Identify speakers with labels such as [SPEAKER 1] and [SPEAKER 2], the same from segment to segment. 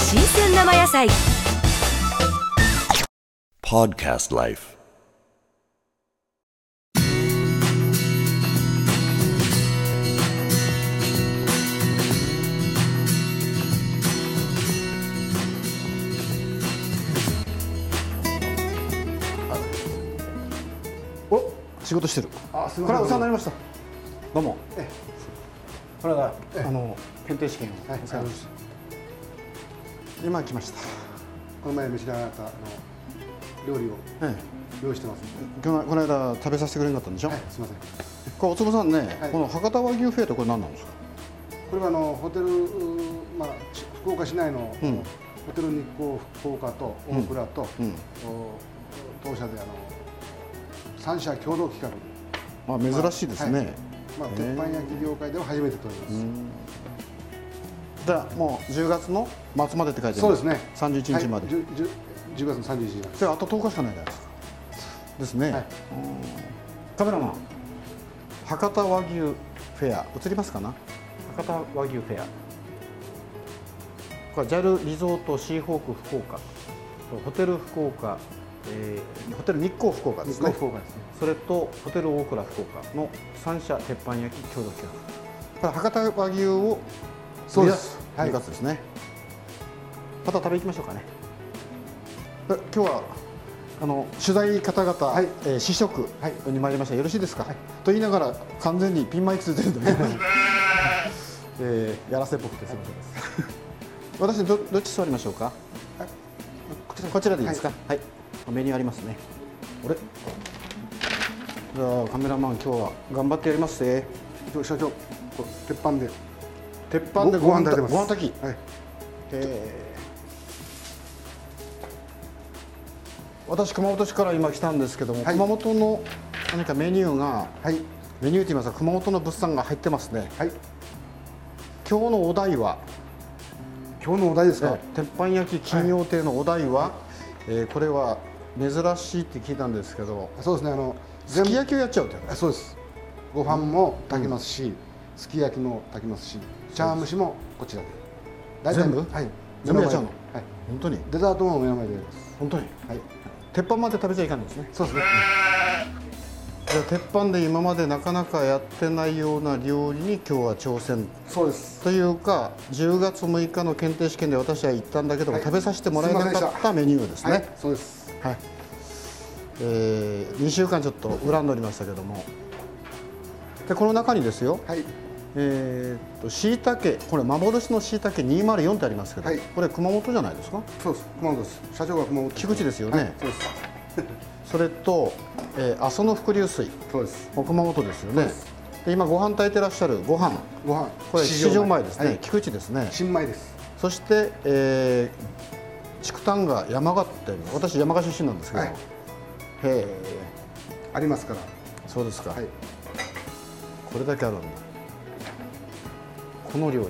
[SPEAKER 1] 生野菜
[SPEAKER 2] Podcast Life.
[SPEAKER 3] お仕事してる
[SPEAKER 4] あすいま
[SPEAKER 3] これは
[SPEAKER 4] せん
[SPEAKER 3] お世話になりましたどうも
[SPEAKER 4] ええ
[SPEAKER 3] これはあの検定試験を
[SPEAKER 4] はい、
[SPEAKER 3] お世話になりました今来ました
[SPEAKER 4] この前飯田あなたあの料理を
[SPEAKER 3] え
[SPEAKER 4] 用意してますんで、
[SPEAKER 3] えこのこの間食べさせてくれなかったんでしょ、
[SPEAKER 4] はい、すみません
[SPEAKER 3] これおつぼさんね、
[SPEAKER 4] はい
[SPEAKER 3] この博多和牛フェイトこれ何なんですか
[SPEAKER 4] これはあのホテル、うーまあ、ち福岡市内の、
[SPEAKER 3] うん
[SPEAKER 4] ホテル日光福岡と大倉と、
[SPEAKER 3] うんうん
[SPEAKER 4] お当社であの三社共同企画で
[SPEAKER 3] まあ珍しいですね、
[SPEAKER 4] まあ、
[SPEAKER 3] へえ
[SPEAKER 4] 鉄板焼き業界では初めてと言います、
[SPEAKER 3] じゃあもう10月の末までって書いてある
[SPEAKER 4] そうですね
[SPEAKER 3] 31日まで、
[SPEAKER 4] はい、じゅじゅ10月の31日まで
[SPEAKER 3] じゃああと10日しかないじゃないですかですね、
[SPEAKER 4] はい
[SPEAKER 3] うんカメラマン博多和牛フェア映りますかな博多和牛フェアこれ JAL リゾートシーホーク福岡ホテル福岡、えーホテル日光福岡で
[SPEAKER 4] 日
[SPEAKER 3] すね
[SPEAKER 4] 光福岡ですね
[SPEAKER 3] それとホテル大倉福岡の3社鉄板焼き共同企画これ博多和牛を
[SPEAKER 4] そうです
[SPEAKER 3] 目
[SPEAKER 4] はい
[SPEAKER 3] 指目指すですね、また食べ行きましょうかねえ今日はあの取材方々、
[SPEAKER 4] はい
[SPEAKER 3] えー試食
[SPEAKER 4] はい
[SPEAKER 3] に参りました、よろしいですか、と言いながら完全にピンマイクついてるん で、えーやらせっぽくてすみませんです私どどっち座りましょうかこちらでいいですかはい、メニューありますねあれじゃあカメラマン今日は頑張ってやりますね
[SPEAKER 4] 一応社長こう鉄板で
[SPEAKER 3] 鉄板で
[SPEAKER 4] ご
[SPEAKER 3] ご
[SPEAKER 4] 飯
[SPEAKER 3] 飯
[SPEAKER 4] 炊
[SPEAKER 3] 炊き
[SPEAKER 4] いてます
[SPEAKER 3] ご飯炊き
[SPEAKER 4] はい
[SPEAKER 3] えー私熊本市から今来たんですけども、
[SPEAKER 4] はい
[SPEAKER 3] 熊本の何かメニューが
[SPEAKER 4] はい
[SPEAKER 3] メニューと言いますか熊本の物産が入ってますね
[SPEAKER 4] はい
[SPEAKER 3] 今日のお題は、
[SPEAKER 4] 今日のお題ですか、
[SPEAKER 3] えー鉄板焼き金曜亭のお題は、えーこれは珍しいって聞いたんですけど
[SPEAKER 4] そうですねあの
[SPEAKER 3] すき焼きをやっちゃうという
[SPEAKER 4] あそうですご飯も炊きますし、すき焼きも炊きますし茶碗蒸しもこちらで大体
[SPEAKER 3] 全部
[SPEAKER 4] はい
[SPEAKER 3] 全部やっちゃうの
[SPEAKER 4] 目前ではい
[SPEAKER 3] 本当に
[SPEAKER 4] デザートも目の前でやります
[SPEAKER 3] 本当に
[SPEAKER 4] はい
[SPEAKER 3] 鉄板まで食べちゃいかんですね
[SPEAKER 4] そうですね
[SPEAKER 3] じゃあ鉄板で今までなかなかやってないような料理に今日は挑戦
[SPEAKER 4] そうです
[SPEAKER 3] というか10月6日の検定試験で私は行ったんだけども、
[SPEAKER 4] はい
[SPEAKER 3] 食べさせてもらえな
[SPEAKER 4] すい
[SPEAKER 3] かっ
[SPEAKER 4] ませんでした
[SPEAKER 3] メニューですね
[SPEAKER 4] はい、そうです
[SPEAKER 3] はいえー、2週間ちょっと恨んでおりましたけどもでこの中にですよ
[SPEAKER 4] はい
[SPEAKER 3] えー、っとしいたけこれ幻のしいたけ204ってありますけど、
[SPEAKER 4] はい
[SPEAKER 3] これ熊本じゃないですか
[SPEAKER 4] そうです熊本です社長が熊本
[SPEAKER 3] 菊池ですよね
[SPEAKER 4] はいそうです
[SPEAKER 3] それと、えー、阿蘇の伏流水
[SPEAKER 4] そうです
[SPEAKER 3] もう熊本ですよねで今ご飯炊いてらっしゃるご飯
[SPEAKER 4] ご飯
[SPEAKER 3] これ市場前ですね、
[SPEAKER 4] はい
[SPEAKER 3] 菊池ですね
[SPEAKER 4] 新米です
[SPEAKER 3] そして、えー、竹炭が山形ってあります私山形出身なんですけど、
[SPEAKER 4] はい
[SPEAKER 3] へえ
[SPEAKER 4] ありますから
[SPEAKER 3] そうですか、
[SPEAKER 4] はい
[SPEAKER 3] これだけあるんだこの料理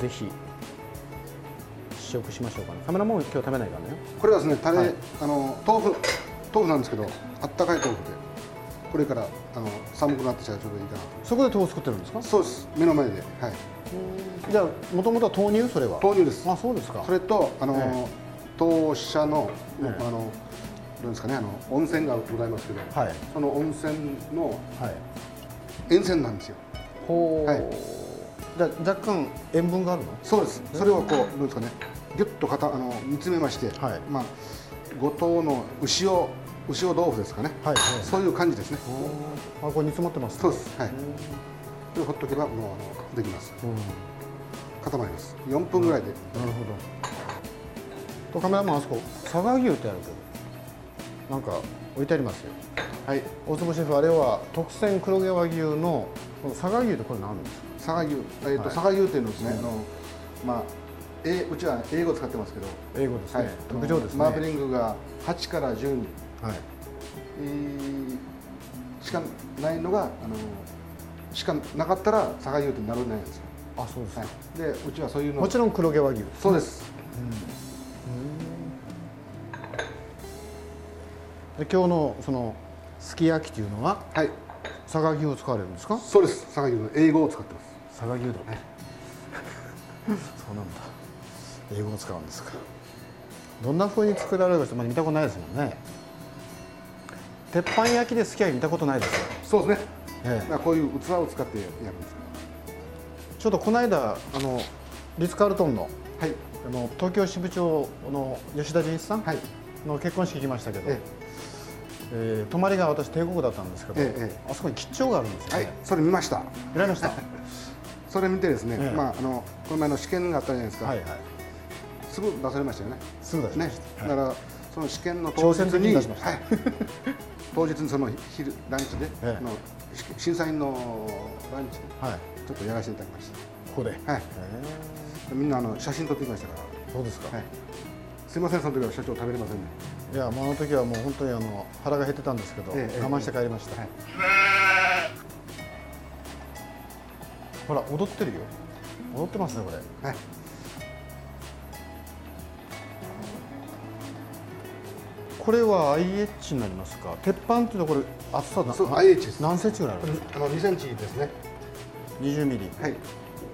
[SPEAKER 3] ぜひ試食しましょうかねカメラマンは今日食べないからね
[SPEAKER 4] これはですねタレ、
[SPEAKER 3] はい
[SPEAKER 4] あの豆腐豆腐なんですけどあったかい豆腐でこれからあの寒くなってきたらちょうどいいかなと
[SPEAKER 3] そこで豆腐作ってるんですか
[SPEAKER 4] そうです目の前ではい
[SPEAKER 3] じゃあもともとは豆乳それは
[SPEAKER 4] 豆乳です
[SPEAKER 3] あそうですか
[SPEAKER 4] それとあの、
[SPEAKER 3] え
[SPEAKER 4] 当社の、
[SPEAKER 3] ええ
[SPEAKER 4] あのなんですかねあの温泉がございますけど、
[SPEAKER 3] はい
[SPEAKER 4] その温泉の
[SPEAKER 3] はい
[SPEAKER 4] 沿線なんですよ
[SPEAKER 3] ほう、
[SPEAKER 4] はい
[SPEAKER 3] じゃあ若干塩分があるの
[SPEAKER 4] そうですそれをこうなんですかねギュッとかたあの煮詰めまして、
[SPEAKER 3] はい
[SPEAKER 4] まあ五島の牛尾牛尾豆腐ですかね、
[SPEAKER 3] はいはい
[SPEAKER 4] そういう感じですね
[SPEAKER 3] あこれ煮詰まってますね
[SPEAKER 4] そうですはいでほっとけばもうあのできます
[SPEAKER 3] うん
[SPEAKER 4] 固まります4分ぐらいで、
[SPEAKER 3] なるほど。とカメラマンあそこ佐賀牛ってあるけど、なんか置いてありますよ。
[SPEAKER 4] はい
[SPEAKER 3] 大坪シェフあれは特選黒毛和牛のこの佐賀牛ってこれ何ですか。
[SPEAKER 4] 佐賀牛、えーと佐賀牛っていうのですね、あのまあ、えうちは英語使ってますけど
[SPEAKER 3] 英語ですね
[SPEAKER 4] はい、
[SPEAKER 3] 特徴ですね
[SPEAKER 4] マーベリングが8から10に、
[SPEAKER 3] はい。
[SPEAKER 4] えーしかないのがあのしかなかったら佐賀牛ってならないんですよ、
[SPEAKER 3] あそうです、
[SPEAKER 4] はい、でうちはそういうの
[SPEAKER 3] もちろん黒毛和牛。
[SPEAKER 4] そうです
[SPEAKER 3] で今日のそのすき焼きっていうのは
[SPEAKER 4] はい
[SPEAKER 3] 佐賀牛を使われるんですか。
[SPEAKER 4] そうです佐賀牛の英語を使ってます
[SPEAKER 3] 佐賀牛だね。そうなんだ。英語を使うんですかどんな風に作られるかちょっとまだ見たことないですもんね鉄板焼きで好き焼き見たことないですよ、
[SPEAKER 4] そうですね、
[SPEAKER 3] え
[SPEAKER 4] だか
[SPEAKER 3] え
[SPEAKER 4] らこういう器を使ってやるんです
[SPEAKER 3] ちょっとこの間あのリッツ・カールトンの
[SPEAKER 4] けどはい
[SPEAKER 3] あの東京支部長の吉田純一さん
[SPEAKER 4] はい
[SPEAKER 3] の結婚式行きましたけど、
[SPEAKER 4] え
[SPEAKER 3] えー泊まりが私帝国だったんですけど、
[SPEAKER 4] えええ
[SPEAKER 3] あそこに吉兆があるんですよ
[SPEAKER 4] は
[SPEAKER 3] ね、
[SPEAKER 4] い、それ見ました
[SPEAKER 3] 見られました
[SPEAKER 4] それ見てですね、
[SPEAKER 3] ええ
[SPEAKER 4] まあ、あのこの前の試験があったじゃないですか、
[SPEAKER 3] はいはい
[SPEAKER 4] すぐ出されましたよね
[SPEAKER 3] すぐ出しま
[SPEAKER 4] ね
[SPEAKER 3] した
[SPEAKER 4] だ
[SPEAKER 3] はい
[SPEAKER 4] からその試験の当
[SPEAKER 3] 挑
[SPEAKER 4] 日
[SPEAKER 3] 戦的に
[SPEAKER 4] に
[SPEAKER 3] 出しました
[SPEAKER 4] はい当日にその昼ランチで、
[SPEAKER 3] ええ
[SPEAKER 4] あのし審査員のランチで
[SPEAKER 3] はい、
[SPEAKER 4] ちょっとやらせていただきまし
[SPEAKER 3] ここで、へ
[SPEAKER 4] たはい
[SPEAKER 3] え
[SPEAKER 4] みんなあの写真撮ってきましたか
[SPEAKER 3] そうですか、
[SPEAKER 4] ら、はい、すいませんその時は社長食べれませんね
[SPEAKER 3] い、やもうあの時はもう本当にあの腹が減ってたんですけど、
[SPEAKER 4] ええええ
[SPEAKER 3] 我慢して帰りました、
[SPEAKER 4] はい
[SPEAKER 3] ほら踊ってるよ踊ってますねこれ
[SPEAKER 4] はい
[SPEAKER 3] これは IH になりますか鉄板っていうとこれ厚さな
[SPEAKER 4] そう
[SPEAKER 3] な
[SPEAKER 4] IH です
[SPEAKER 3] 何センチぐらいあるんですか
[SPEAKER 4] あの2センチですね
[SPEAKER 3] 20ミリ
[SPEAKER 4] はい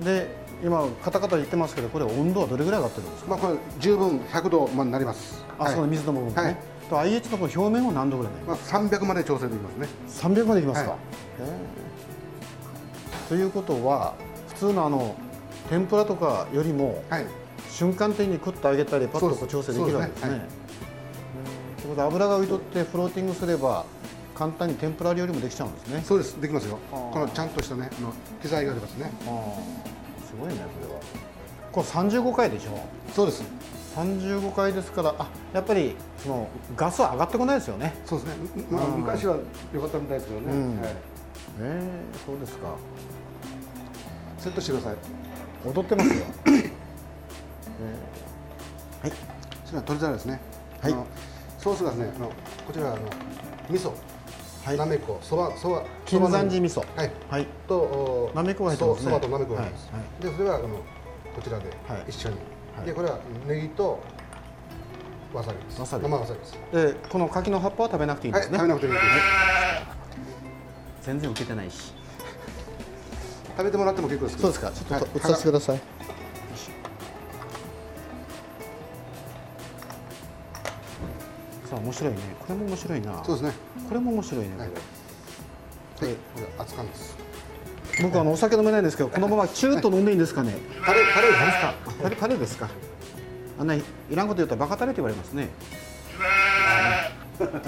[SPEAKER 3] で今カタカタ言ってますけどこれ温度はどれぐらい上がってるんですか、
[SPEAKER 4] まあこれ十分100度までなります
[SPEAKER 3] あ
[SPEAKER 4] はい
[SPEAKER 3] その水の部分ね、
[SPEAKER 4] はい
[SPEAKER 3] と IH のこの表面を何度ぐらいね、
[SPEAKER 4] まあ、300まで調整できますね
[SPEAKER 3] 300までいきますか、
[SPEAKER 4] はい
[SPEAKER 3] へーということは普通のあの天ぷらとかよりも、
[SPEAKER 4] はい
[SPEAKER 3] 瞬間的にクッと揚げたりパッとこ
[SPEAKER 4] そうう
[SPEAKER 3] 調整できるわけですね
[SPEAKER 4] そうですねはい
[SPEAKER 3] へーということで油が浮いとってフローティングすれば簡単に天ぷら料理もできちゃうんですね
[SPEAKER 4] そうですできますよ
[SPEAKER 3] あー
[SPEAKER 4] このちゃんとしたねあの機材がありますね
[SPEAKER 3] あーすごいねこれはこれ35回でしょ
[SPEAKER 4] そうです
[SPEAKER 3] 35回ですからあやっぱりそのガスは上がってこないですよね
[SPEAKER 4] そうですね、まあ、
[SPEAKER 3] うん
[SPEAKER 4] 昔は良かったみたいですけどね、
[SPEAKER 3] うん
[SPEAKER 4] はい、
[SPEAKER 3] ええそうですか
[SPEAKER 4] セットしてください
[SPEAKER 3] 踊って ますよはい
[SPEAKER 4] それは鶏皿ですね
[SPEAKER 3] はい
[SPEAKER 4] あのソースがですねあのこちらあの味噌、
[SPEAKER 3] はい
[SPEAKER 4] なめこそばそば
[SPEAKER 3] 金山寺味噌
[SPEAKER 4] はい
[SPEAKER 3] はい
[SPEAKER 4] とお
[SPEAKER 3] なめこが入ってますね
[SPEAKER 4] そばとなめこが入ってます、
[SPEAKER 3] はいは
[SPEAKER 4] でそれはあのこちらで
[SPEAKER 3] はい
[SPEAKER 4] 一緒に、
[SPEAKER 3] はい
[SPEAKER 4] でこれはネギとわさびです
[SPEAKER 3] わさび
[SPEAKER 4] 生わさびです
[SPEAKER 3] でこの柿の葉っぱは食べなくていいん
[SPEAKER 4] は
[SPEAKER 3] で
[SPEAKER 4] い
[SPEAKER 3] す
[SPEAKER 4] 食
[SPEAKER 3] ね、
[SPEAKER 4] べなくていいです、
[SPEAKER 3] 全然受けてないし
[SPEAKER 4] 食べてもらっても結構ですけ
[SPEAKER 3] そう
[SPEAKER 4] ど
[SPEAKER 3] ですかちょっと
[SPEAKER 4] は
[SPEAKER 3] 移
[SPEAKER 4] い
[SPEAKER 3] させてください、さあ面白いねこれも面白いな
[SPEAKER 4] そうですね
[SPEAKER 3] これも面白いねこ
[SPEAKER 4] はい
[SPEAKER 3] れ、
[SPEAKER 4] はいこれ熱燗です
[SPEAKER 3] 僕あのお酒飲めないんですけどこのままチューッと飲んでいいんですかね
[SPEAKER 4] タレタレです
[SPEAKER 3] あタレタレですかあんないいらんこと言うとバカタレって言われますねはいだ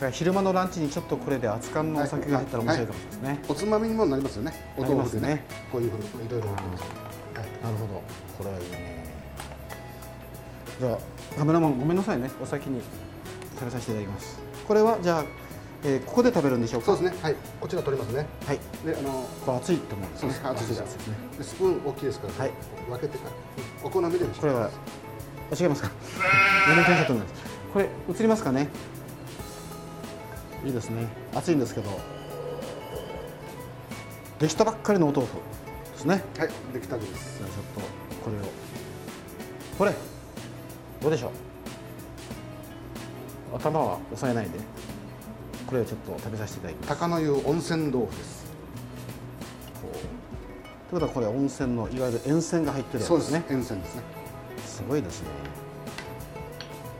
[SPEAKER 3] から昼間のランチにちょっとこれで熱燗のお酒が入ったら面白いかもしれないですね、
[SPEAKER 4] おつまみにもなりますよね。お豆腐でね。
[SPEAKER 3] なりま
[SPEAKER 4] こういうふうにいろいろなります。
[SPEAKER 3] なるほどこれはいいねじゃあカメラマンごめんなさいねお先に食べさせていただきますこれはじゃあ、えーここで食べるんでしょうか
[SPEAKER 4] そうですね。はい。こちら取りますね。
[SPEAKER 3] はい
[SPEAKER 4] で、あの、
[SPEAKER 3] これ熱いと思うんです
[SPEAKER 4] そうですね。熱いです
[SPEAKER 3] 熱いですね
[SPEAKER 4] でスプーン大きいですから、
[SPEAKER 3] はい
[SPEAKER 4] 分けてから。お好みで。
[SPEAKER 3] これはあ違いますか。やめてくださいと思います。これ映りますかね。いいですね。暑いんですけど。できたばっかりのお豆腐ですね。
[SPEAKER 4] はい。できたんです。
[SPEAKER 3] じゃあちょっとこれを。これどうでしょう。頭は押さえないで。これをちょっと食べさせていただきます。
[SPEAKER 4] 高野湯温泉豆腐です。
[SPEAKER 3] ということはこれは温泉のいわゆる沿線が入ってるやつ
[SPEAKER 4] そう
[SPEAKER 3] で
[SPEAKER 4] ですす
[SPEAKER 3] ね
[SPEAKER 4] ね。。沿線ですね。
[SPEAKER 3] すごいですね。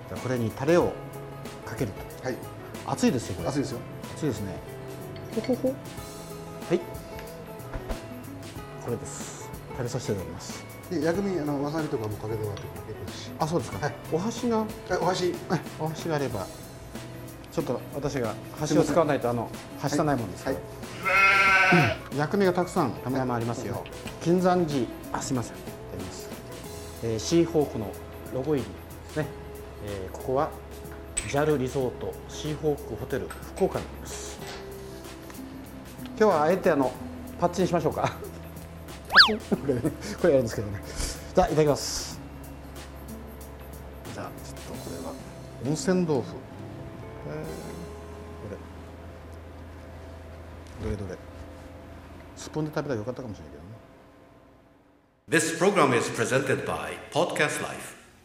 [SPEAKER 3] じゃあこれにタレをかけると。
[SPEAKER 4] はい。
[SPEAKER 3] 暑いですよこれ
[SPEAKER 4] 熱いですよ。
[SPEAKER 3] 暑いですねほほほはいこれです食べさせていただきます
[SPEAKER 4] で、薬味、あの、わさびとかもかけてもらっても結構ですし。
[SPEAKER 3] あそうですか、
[SPEAKER 4] はい
[SPEAKER 3] お箸が
[SPEAKER 4] はい、お箸。はい。
[SPEAKER 3] お箸があればちょっと私が箸を使わないとあの箸さないもんですか
[SPEAKER 4] は
[SPEAKER 3] ら、
[SPEAKER 4] い。
[SPEAKER 3] うん薬味がたくさんたまありますよ、金山寺あすいませんいただきます、えー、シーホークのロゴ入りですね、えーここは JAL リゾートシーホークホテル福岡になります今日はあえてあのパッチンしましょうか パッチンこれねこれやるんですけどねじゃあいただきますじゃあちょっとこれは温泉豆腐へーこれどれどれスプーンで食べたらよかったかもしれないけどね
[SPEAKER 1] This program is presented by Podcast Life.